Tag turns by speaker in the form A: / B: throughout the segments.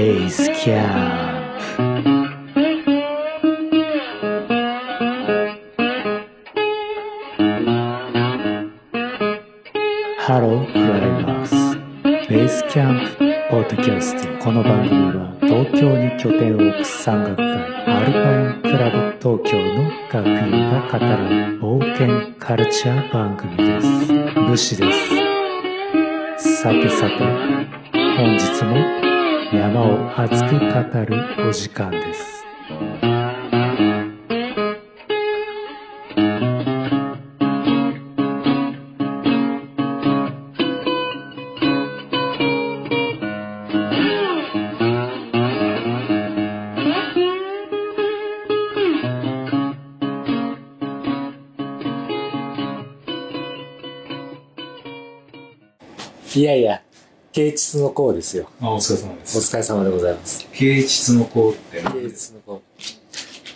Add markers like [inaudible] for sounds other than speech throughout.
A: キャンプハロークライマースベースキャンプポッドキャスティこの番組は東京に拠点を置く山岳会アルパインクラブ東京の学友が語る冒険カルチャー番組です武士ですさてさて本日も山を熱く語るお時間ですいやいや平日の項ですよ
B: あ、お疲れ様で
A: お。疲れ様でございます
B: 平日の子って
A: 平日のこう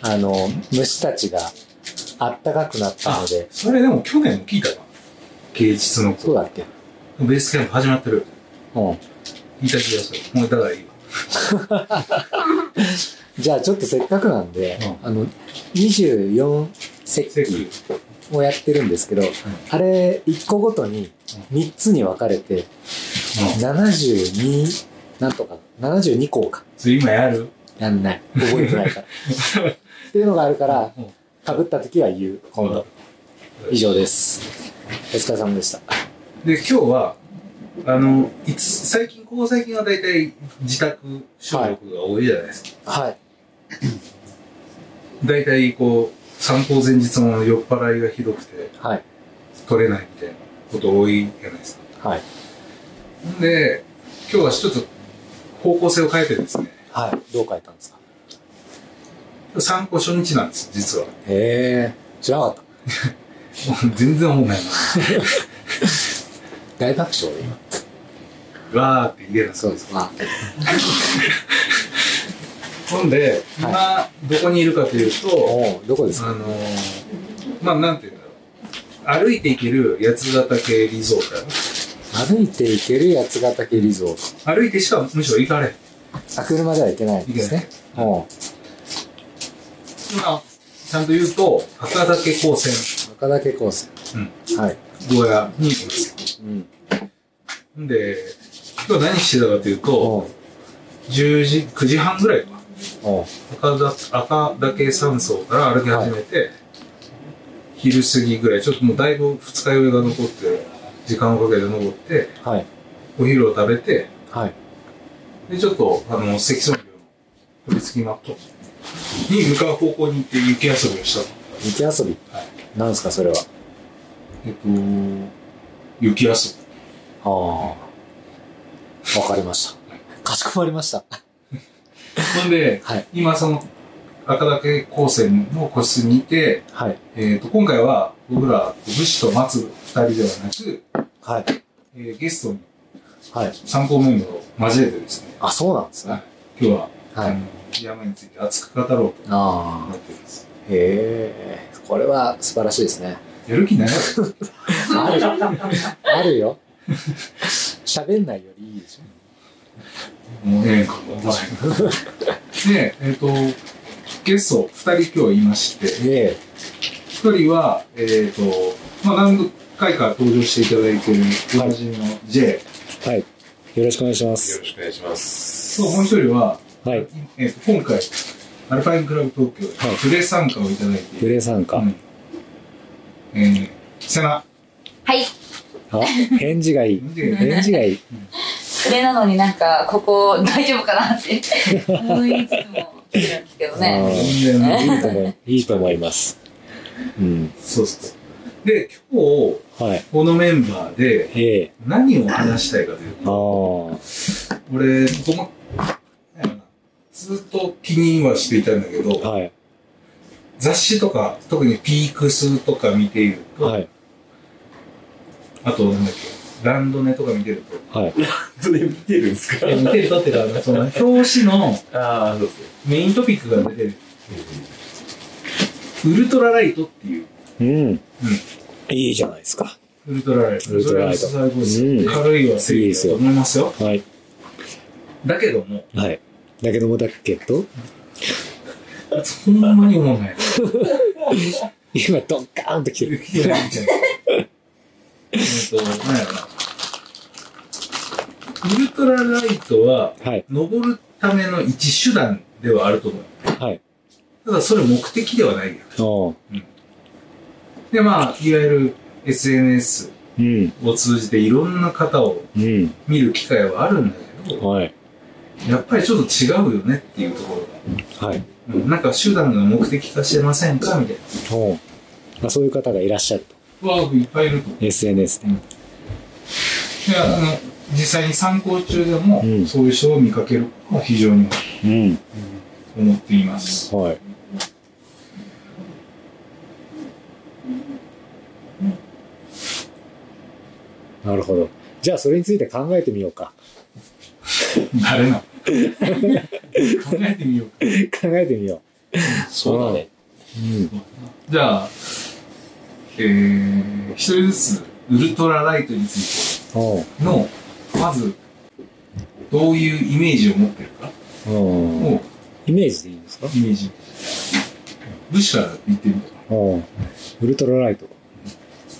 A: あの、虫たちがあったかくなったので、
B: それでも去年も聞いたか平日の子。
A: そうだっけ
B: ベースキャンプ始まってる。
A: うん。
B: 聞いた気がする。もうだからいいわ。
A: じゃあちょっとせっかくなんで、
B: う
A: あの、24
B: セ
A: 席
B: ク
A: をやってるんですけど、あれ、1個ごとに3つに分かれて、72、なんとか、72項か。
B: うん。今やる
A: やんない。覚えてない [laughs] から。っていうのがあるから、
B: うん
A: かぶった時は言う、今度。以上です。お疲れ様でした。
B: で、今日は、あの、いつ、最近、ここ最近は大体自宅収録が多いじゃないですか。
A: はい。
B: 大体こう、参考前日の酔っ払いがひどくて、
A: はい。
B: 取れないみたいなこと多いじゃないですか。
A: はい。
B: で、今日はちょっと方向性を変えてですね、
A: はい。どう書いたんですか
B: 参考初日なんです、実は。
A: へえ、知らなかった。
B: 全然思んない
A: 大爆笑で今。
B: な。わーって入れな
A: そうです。ま
B: ほんで、今、どこにいるかという
A: あ、
B: と、
A: おうどこです
B: あ
A: か
B: のー、まあ、なんて言うんだろう。歩いて行ける八ヶ岳リゾートや
A: 歩いて行ける八ヶ岳リゾー
B: な歩いてしかむしろ行かれへん。
A: ト。あ、車では行けないんですね。おう
B: 今、ちゃんと言うと、赤岳高専、
A: 赤岳コース。はい。
B: ゴーヤに行きます。
A: うん。
B: んで、今日何してたかという
A: お
B: と、
A: う
B: 10時、9時半ぐらいか。
A: おう
B: 赤だ赤岳山荘から歩き始めて、昼過ぎぐらいちょっともうだいぶ二日酔いが残って時間をかけて登って
A: はい。
B: お昼を食べて
A: はい。
B: でちょっとあの関村業の取り付きマットに向かう方向に行って雪遊びをしたの
A: 雪遊び
B: はい。
A: なんですか、それは。
B: えっと雪遊び
A: ああ。わかりました。かしこまりました。
B: ほんで
A: はい。
B: 今その赤岳高専の個室にいて、
A: はい。
B: えっと今回は僕ら武士と松二人ではなく、
A: はい。
B: えーゲストに
A: はい。
B: 参考メンバーを交えてですね
A: あ、そうなんですね。
B: 今日は、
A: は
B: あ
A: い。
B: の山について熱く語ろうと
A: あ
B: 思
A: あ
B: っ。てます。
A: へえ。これは素晴らしいですね。
B: やる気ないよ。
A: あるあるよ。喋んないよりいいでし
B: もうええかも。
A: [laughs]
B: で、えっ、と、ゲスト2人今日いまして、
A: ょ。え
B: 1人は、えっ、と、まあ、何回か登場していただいてるおなじみの J、よ
A: えはい。よろしくお願いします。
B: ろしくお願いします。と、もう1人は、
A: はい。
B: えっ、と、今回、アルパインクラブ東京
A: はい
B: でプレ参加をいただいてい
A: プ
B: る、
A: レ参加。
B: うんえー、セナ、
C: はい。
A: あ、返事がいい。返事がいい。
C: それなのになんか、ここ大丈夫かなって思いつつも来てるんですけどね。
B: 人間の
A: いいと思い、いいと思います。うん。
B: そうそう。で、今日、
A: はい。
B: このメンバーで、
A: ええ。
B: 何を話したいかという
A: ああ。
B: と、俺、ここなんやろなずっと気にはしていたんだけど、
A: はい。
B: 雑誌とか、特にピークスとか見ていると、
A: はい。
B: あと、なんだっけ、ランドネとか見てると、
A: はい。
D: それ見てるんですか
B: いや見てるとってか、あ [laughs] のその、表紙の
D: ああ、そうですね。
B: メイントピックが出てる、ウルトラライトっていう、
A: うん。いいじゃないですか。
B: ウルトラライト。
A: ウルトラライト
B: それは最高ですよ
A: うん
B: 軽いは正義だと思いますよ。
A: はい。
B: だけども、
A: はい。だけどもだっけと、
B: そんなに思わない。
A: 今ドッカーンと来て
B: えっ
A: る。
B: と、なんやろな。ウルトラライトは、
A: はい、
B: 登るための一手段ではあると思う。
A: はい。
B: ただそれ目的ではないよ。
A: おう
B: で、まあ、いわゆる SNS
A: うん、
B: を通じていろんな方を
A: うん、
B: 見る機会はあるんだけど、
A: はい、
B: やっぱりちょっと違うよねっていうところ
A: はい。
B: が。うん、なんか手段が目的化してませんかみたい
A: おうまあ、そういう方がいらっしゃると。
B: な。わーいっぱいいると思う。
A: SNS で。
B: いや、あの、実際に参考中でも、
A: うん
B: そういう人を見かけることは非常に
A: うん、
B: 思っています。
A: はい。なるほど。じゃあ、それについて考えてみようか。 [laughs]
B: 誰なの考えてみようか。
A: 考えてみよ
D: そうだね。
A: う。うん。
B: じゃあ、えー、一人ずつ、ウルトラライトについ
A: おう
B: ての、まず、どういうイメージを持ってるか
A: おう
B: を、
A: イメージでいいんですか
B: イメージ。武士から言ってみた。
A: おうウルトラライト。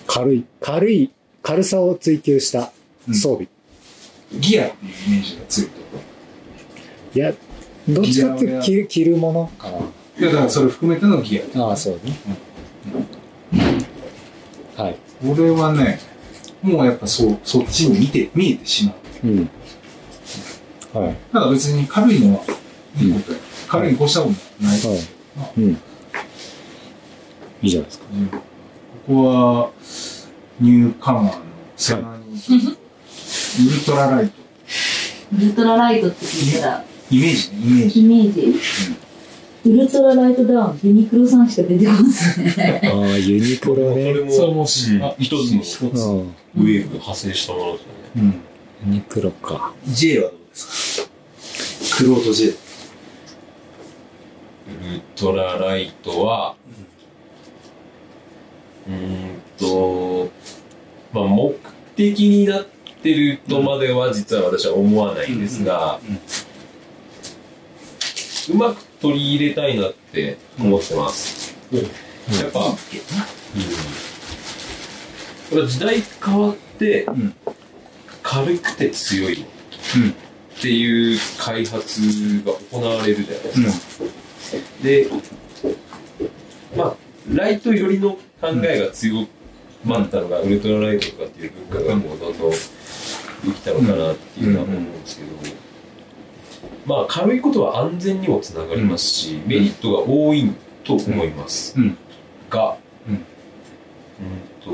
A: 軽い。軽い。軽さを追求した
B: うん
A: 装備。
B: ギアっていうイメージが強いと。
A: いや、どっちかっていうと着る着るものか
B: いや、だからそれ含めてのギア。
A: な。ああ、そうね。はい。
B: 俺はね、もうやっぱそう、そっちに見て、見えてしまう。
A: うん。はい。
B: ただ別に軽いのはいいことや。軽いに越したことない。
A: はい。うん。いいじゃない [laughs] ですか。
B: うんここは、ニューカマーの背 [laughs] 中に、ウルトラライト。
C: ウルトラライトって聞いたら、
B: イメージね、イメー
C: イ
B: ジ。
C: メージ、ウルトラライトダウン、ユニクロさんしか出てこないですね。
A: ああ、ユニクロね。
D: れ
B: そう、もうし、
D: うん
B: あ
D: 一つ
B: 一
D: の
B: つ。
A: うん。ユ
D: ウェーブ派生したものですよね。
B: うん。
A: ニクロか。
B: J はどうですかクロート J。
D: ウルトラライトは、うーんと、まあ、目的になってるとまでは実は私は思わないんですが、うまく取り入れたいなって思ってます。やっぱ、うん、これは時代変わって、
B: ん
D: 軽くて強いっていう開発が行われるじゃないですか。で、まあ、ライト寄りの考えが強まったのが、ウルトラライトとかっていう文化がもうどんどんできたのかなっていうのは思うんですけど、まあ、軽いことは安全にもつながりますし、メリットが多いと思います。
B: うん
D: が、
B: うん
D: う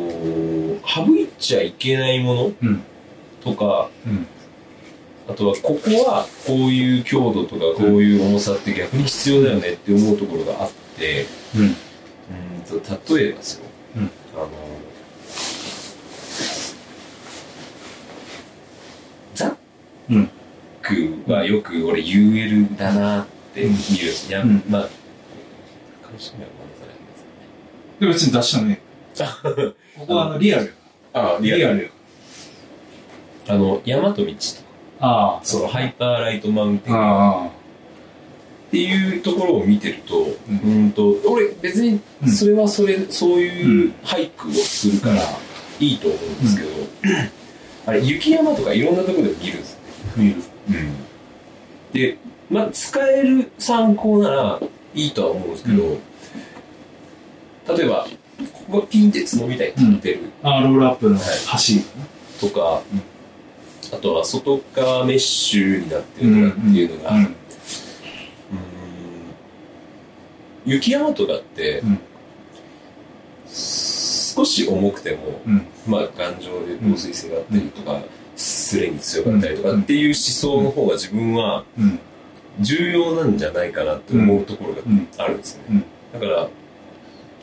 D: んと、省いちゃいけないもの
B: うん。
D: とか、
B: うん
D: あとはここはこういう強度とかこういう重さって逆に必要だよねって思うところがあって、
B: うん。
D: うんと例えばですよ、
B: うん
D: あのザ
B: うん
D: ックはよく俺 UL だなって見るし、や
B: うん
D: まあかもしれないごめんな
B: で、別
D: さい
B: に出したね。ここはあの、リアルよ。
D: あリアル
B: リアルよ。
D: あの大和道とか
B: ああ、
D: その
B: は
D: ハイパーライトマウンテン
B: あ
D: っていうところを見てると、う
B: うん
D: ーん、と俺別にそれはそれ、そういう俳句をするからいいと思うんですけど、あれ雪山とかいろんなところで見るんですよ
B: あ、見る。
D: ね、で、まあ、使える参考ならいいとは思うんですけど、例えばここがピンって角みたいに立ってる
B: ああ、ロールアップの走り。
D: とか、
B: うん
D: あとは外側メッシュになってるとかっていうのが、
B: うん
D: うーん雪山とかって、
B: うん
D: 少し重くても、
B: うん。
D: まあ、頑丈で防水性があったりとか、すれに強かったりとかっていう思想の方が自分は
B: うん。
D: 重要なんじゃないかなって思うところが
B: うん。
D: あるんですね、
B: うん
D: だから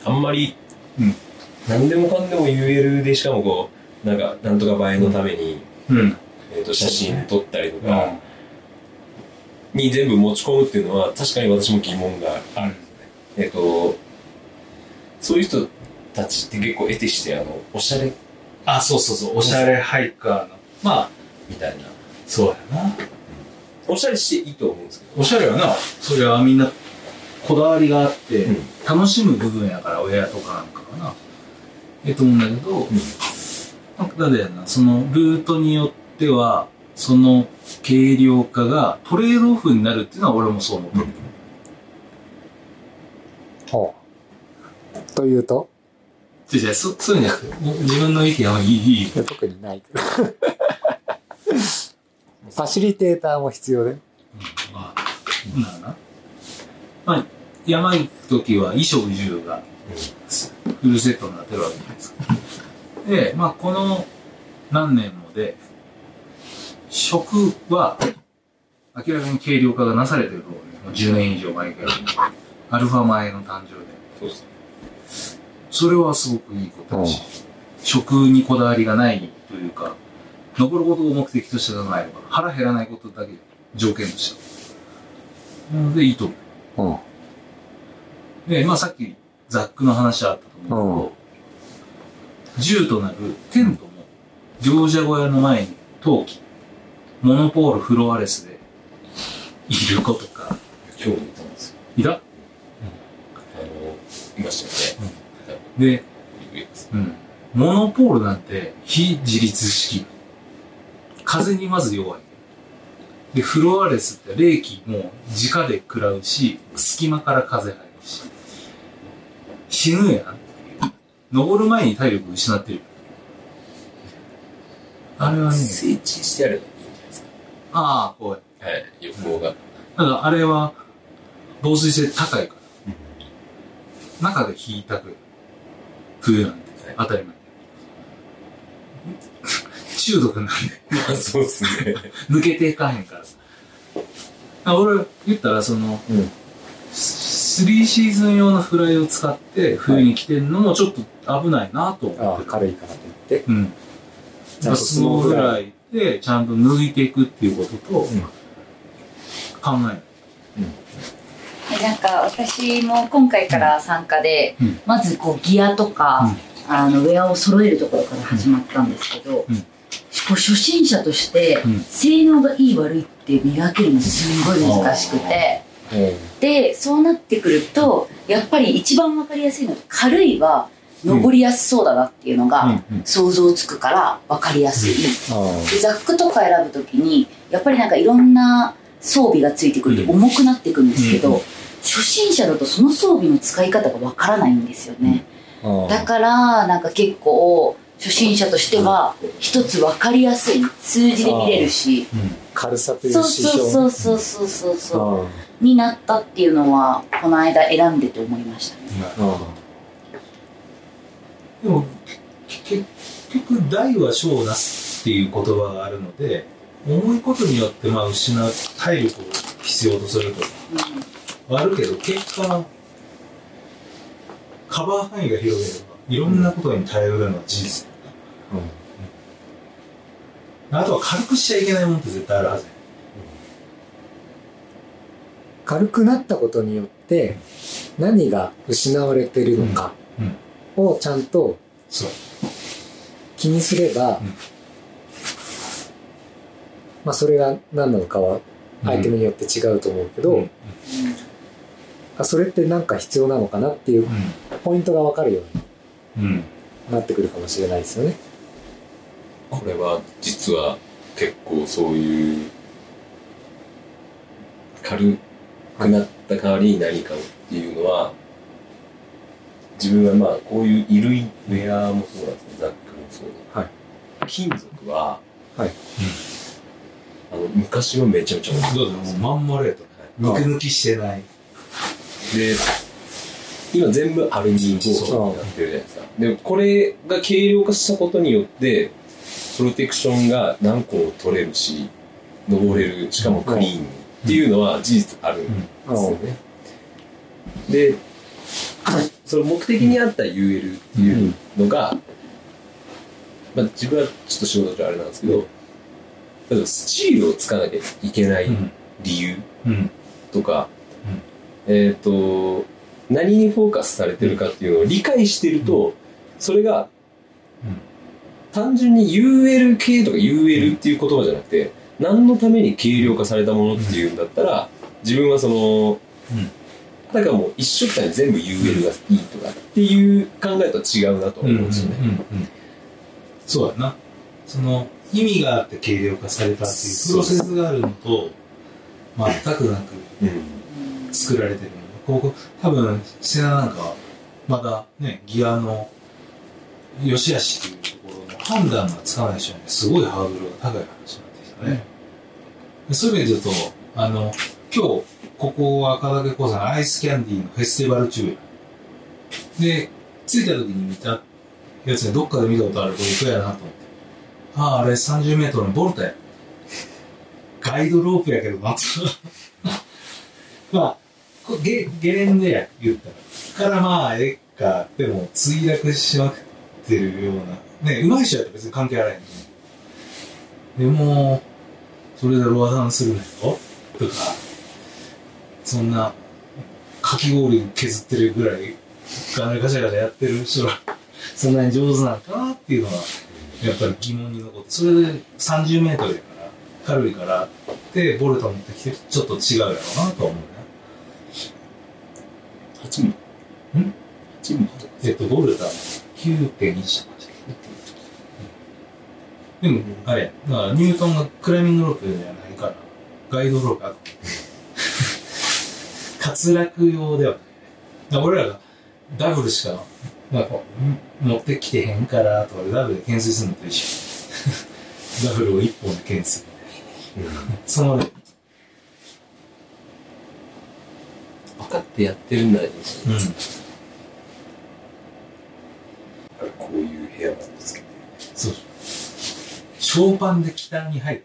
D: あんまり、
B: うん
D: 何でもかんでも UL でしかもこうなんかなんとか映えのために、
B: うん。
D: えーと写真撮ったりとかに全部持ち込むっていうのは確かに私も疑問が
B: ある。
D: えっ、と、そういう人たちって結構得てして、あの、おしゃれ
B: あ、そうそうそう、おしゃれハイカーの。まあ、
D: みたいな。
B: そうやな。
D: おしゃれしていいと思うんですけ
B: おしゃれやな。そりゃみんなこだわりがあって、
D: うん
B: 楽しむ部分やから、親とかなんかかな。ええと思うんだけど、なんかだよな、そのルートによっては、その軽量化がトレードオフになるっていうのは俺もそう思ってる。
A: ほう。というと、
B: じゃじゃそそういうんじゃなくて、もう自分の意見はいい、いい
A: い。や特に [laughs] ないけど。ファシリテーターも必要で。
B: まあ、ほんならな。まあ、山行くときは衣装重がフルセットになってるわけじゃないですか。で、まあ、この何年もで、食は明らかに軽量化がなされてると思うね。もう10年以上前から。アルファ前の誕生で。
D: ど。そうですね。
B: それはすごくいいことだし、食にこだわりがないというか、残ることを目的として考えれば、腹減らないことだけ条件としては。なので、いいと思
A: うん。
B: う。で、まあさっき、ザックの話あったと思うけど、銃となるテントも、乗車小屋の前に陶器、モノポールフロアレスで、いる子とか、
D: 今日もいたんですよ。
B: いた
D: あの、いましたよね。
B: で、
D: いるやつ
B: うん。モノポールなんて非自立式。風にまず弱い。で、フロアレスって冷気も直で食らうし、隙間から風入るし。死ぬやん。登る前に体力失ってる。あれはね、
D: 整地してあるのがいいんじゃないです
B: ああ、怖い。
D: か。はい。予報が。
B: ただあれは防水性高いから、中で引いたく冬なんて
D: はい
B: 当たり前中毒なんで
D: まあ、そうですね。
B: 抜けていかへんからあ俺言ったらその、
D: うん
B: 3シーズン用のフライを使って冬に着てんのもちょっと危ないなと思ってる、
A: ああ、軽いからと言って。
B: うん
A: ちゃんと
B: スノー
A: イ。
B: フライでちゃんと抜いていくっていうことと考
D: ん
B: える
C: なんか私も今回から参加で、
B: うん
C: まずこうギアとか、あのウェアを揃えるところから始まったんですけど、
B: うん
C: こう初心者として
B: うん
C: 性能がいい悪いって見分けるのすごい難しくて、でそうなってくるとやっぱり一番わかりやすいのは軽いは登りやすそうだなっていうのが
B: うんうん
C: 想像つくからわかりやすい、
A: あ
C: でザックとか選ぶときにやっぱりなんかいろんな装備がついてくると重くなってくんですけど、
B: うん
C: 初心者だとその装備の使い方がわからないんですよね、
A: あ。
C: だからなんか結構初心者としては一つわかりやすい数字で見れるし
A: 軽さという
C: そう
A: 指標。
C: そうそうそうそうそう
A: あ
C: になったっていうのはこの間選んでて思いましたね
A: ああ
B: でもけ結局大は小をなすっていう言葉があるので重いことによってまあ失う体力を必要とするとはあるけど結果カバー範囲が広げればいろんなことに耐えうるのは事実、
A: うん
B: あとは軽くしちゃいけないもんって絶対あるはず
A: 軽くなったことによって何が失われてるのかをちゃんと
B: そう
A: 気にすれば、
B: うん
A: まあそれが何なのかはアイテム
B: に
A: によって違うと思うけど、あそれってなんか必要なのかなっていうポイントが分かるよう
B: うん、うん
A: になってくるかもしれないですよね。
D: これは実は結構そういう軽くなった代わりに何かをっていうのは自分はまあこういう衣類ウェアもそうなんですねザックもそうだ、
A: はい
D: 金属は、
A: はい
D: あの昔はめちゃめちゃ多かった
B: どうぞもうまんまレート
A: うん
B: 肉抜きしてない
D: で今全部アルミ合金になってるじゃないですかでこれが軽量化したことによってプロテクションが何個も取れるし登れるしかもクリーンにっていうのは事実あるんで
A: うん
D: すよねでその目的に合った UL っていうのが、まあ、自分はちょっと仕事上あれなんですけど例えばスチールをつかなきゃいけない理由、
B: うん
D: とか、えっ、と何にフォーカスされてるかっていうのを理解してると、それが、
B: うん
D: 単純に UL 系とか UL っていう言葉じゃなくて、何のために軽量化されたものっていうんだったら、自分はその、
B: うん
D: だからもう一緒くたに全部 UL がいいとかっていう考えとは違うなと
B: う
D: 思
B: ん
D: う
B: うんん
D: ですよね。
B: そうやなその意味があって軽量化されたっていうプロセスがあるのと [laughs] 全くなく
D: うん
B: 作られてるのここ多分セナなんかはまだねギアの良し悪しっていうところの判断がつかない人にはすごいハードルが高い話になってきたね、そういう意味で言うとあの今日ここは赤岳鉱山アイスキャンディーのフェスティバル中で着いた時に見たやつねどっかで見たことあるこれいくやなと思ってあああれ30メートルのボルトやガイドロープやけどなと [laughs] まあこゲゲレンデや言ったらからまあええかでも墜落しまくってるようなね上手い人やったら別に関係あらへんけどでもそれでロアダンするのよとかそんなかき氷削ってるぐらいガラガシャガシャやってる人らそんなに上手なのかなっていうのはやっぱり疑問に残ってそれで30メートルやから軽いからでボルト持ってきてちょっと違うやろうなとは思うね
D: 8ミリ。
B: ん
D: ?8 ミ
B: えっと、ボルダーの9.1とかじゃないでも、あれ、だからニュートンがクライミングロープじゃないから、ガイドロープあ [laughs] った。滑落用ではない。だから俺らがダブルしか、なんか、持ってきてへんからとかでダブルで懸垂するのと一 [laughs] 緒。ダブルを一本で懸垂。その、うん。
D: 分かってやってるんだね。こういう部屋なんですけど。
B: そう。ショーパンで北に入る。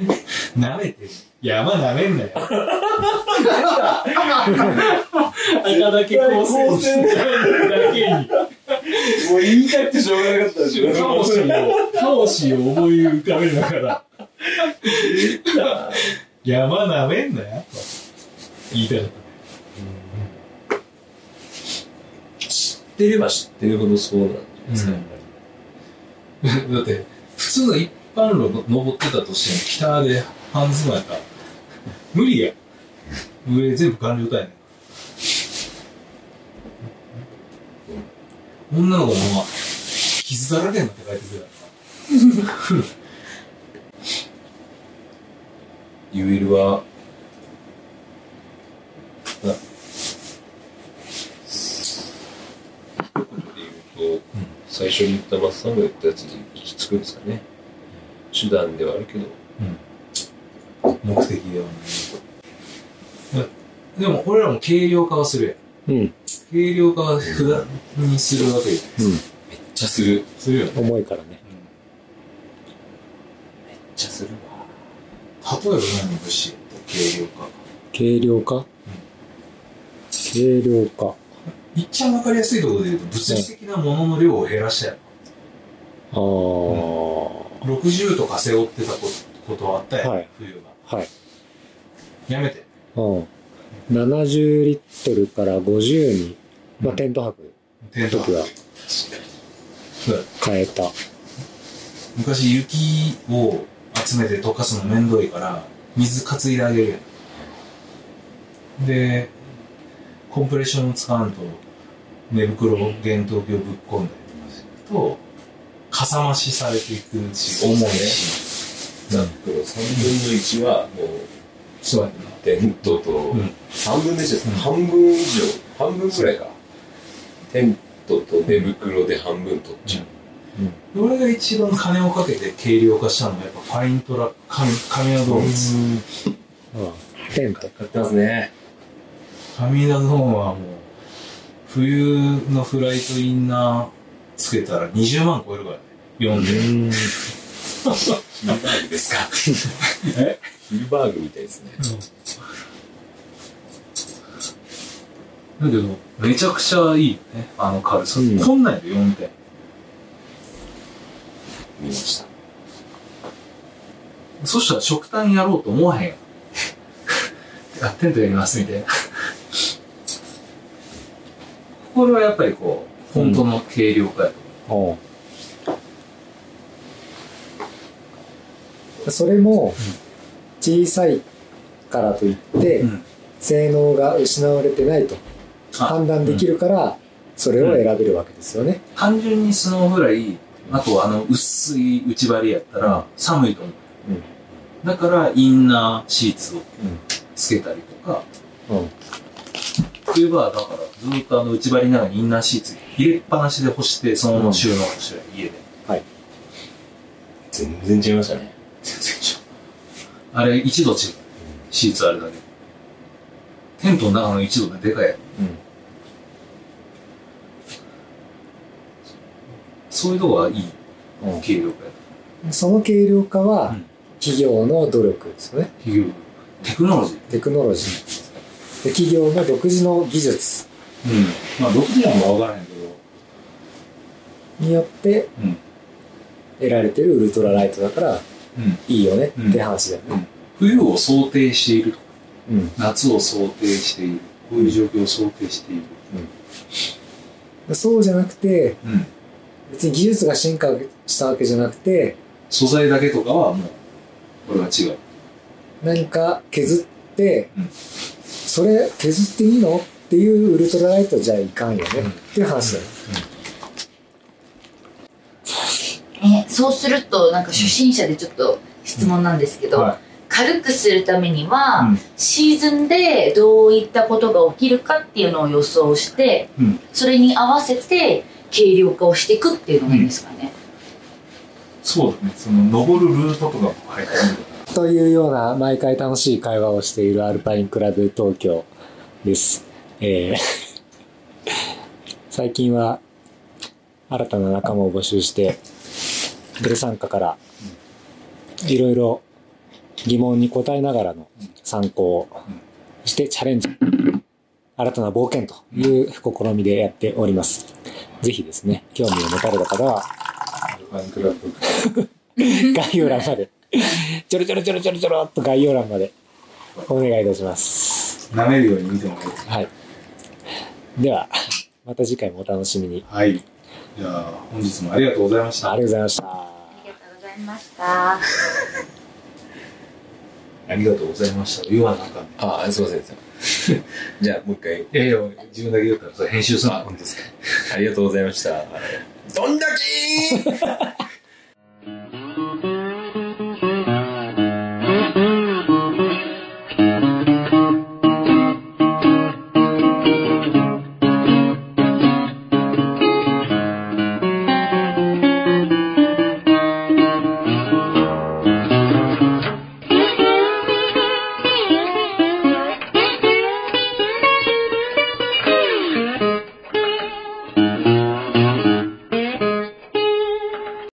B: [laughs] 舐めてる。山舐めんなよ。赤だけ高専だけに。
D: もう言いたくてしょうがなかったでしょ。
B: 魂を、魂を思い浮かべるから。山舐めんなよ。と言いたかった。
D: 知ってれば知ってるほどそうなんじゃないですか、
B: うん
D: やっぱり
B: だって、普通の一般路の登ってたとしても、北で半ズボンやったら、無理や。上全部完了体やねん。女の子もまあ、傷だらけになって帰ってくるや
D: UL は、なそういうことで言うと、最初に言った松さんが言ったやつに行き着くんですかね。手段ではあるけど、
B: ろ目的ではない。でも、俺らも軽量化はするやん。
A: うん
B: 軽量化は普段にするわけやん。
D: めっちゃする。
B: するよね。
A: 重いからね
D: めっちゃするわ。
B: 例えば何の物資軽量化。
A: 軽量化、軽量化
B: いっちゃん分かりやすいところで言うと、物理的なものの量を減らしたや
A: あ
B: ん。
A: あ、
B: 60とか背負ってたことことあったやん、
A: はい
B: 冬が。
A: はい、
B: やめて。
A: うん、70リットルから50に、まあ、テント泊
B: テン
A: の
B: ト
A: 時は変えた
B: 昔雪を集めて溶かすの面倒いから、水担いであげるやん。で、コンプレッションを使わんと、寝袋、幻灯器をぶっ込んだりとかすると、かさ増しされていくし、重いし。
D: ざっくり3分の1は、もう、
B: そうやんな。
D: テントと
B: うん、
D: 3分の1です、
B: うん
D: 半分以上、半分ぐらいか。テントと寝袋で半分取っちゃう。
B: 俺が一番金をかけて軽量化したのはやっぱファイントラック、紙紙のドームです。
A: うんテント
D: 買ってますね。
B: 神田の方はもう、冬のフライトインナーつけたら20万超えるからね。読んでる。
D: ヒルバーグです [laughs] か
B: え
D: ヒルバーグみたいですね。
B: だけど、めちゃくちゃいいよね。あの軽さ。
A: うん
B: こんなんやで4点。
D: 見ました。
B: そしたら食単やろうと思わへんよ。あ、テントやります、みたいな。これはやっぱりこう、本当の軽量化やと思う
A: うんそれも小さいからといって
B: うん
A: 性能が失われてないと判断できるからそれを選べるわけですよね。
B: 単純にスノーフライあとあの薄い内張りやったら寒いと思う、
A: うん
B: だからインナーシーツ
A: う
B: を
A: ん
B: つけたりとか
A: うん
B: 冬場はだからずっとあの内張りの中にインナーシーツ入れっぱなしで干してそのまま収納してる、家で
D: 全然違いましたね。
B: 全然違うあれ一度違うシーツあれだけテントの中の一度ででかいやろ
A: うん
B: そういうとこはいい
A: うん
B: 軽量化や
A: その軽量化
B: う
A: は
B: ん
A: 企業の努力ですよね。
B: 企業テクノロジー
A: テクノロジー。で企業の独自の技術
B: うんまあ独自なのは分からへんけど
A: によって
B: うん
A: 得られてるウルトラライトだから
B: うん
A: いいよねって話だよね。
B: 冬を想定しているとか
A: うん
B: 夏を想定しているこういう状況を想定している
A: でそうじゃなくて
B: うん
A: 別に技術が進化したわけじゃなくて
B: 素材だけとかはもうこれは違う
A: 何か削って、
B: うん
A: それ削っていいのっていうウルトラライトじゃいかんよね、っていう話だよ、
C: ね、そうするとなんか初心者でちょっと質問なんですけど、
B: は
C: 軽くするためには、
B: うん
C: シーズンでどういったことが起きるかっていうのを予想して、
B: うん
C: それに合わせて軽量化をしていくっていうのがいいんですかね、
B: そうだねその登るルートとかも入ってる
A: というような毎回楽しい会話をしているアルパインクラブ東京です、えー [laughs] 最近は新たな仲間を募集してブル参加からいろいろ疑問に答えながらの参考をしてチャレンジ新たな冒険という試みでやっておりますぜひですね興味を持たれた方は
B: ファンクラブ
A: 概要欄まで。ちょろちょろちょろちょろちょろっと概要欄までお願いいたします。
B: 舐めるように見てもらう
A: はい。では、また次回もお楽しみに。
B: はいじゃあ本日もありがとうございまし
A: ありが
B: た
A: とうございました。
C: ありがとうございました
B: ありがとうございました言わなあかんね
D: ああ、すいませんすいません。じゃあ、もう一回。
B: いやいや自分だけ言ったらそれ編集する
D: あ、本当ですか。ありがとうございました。どんだけー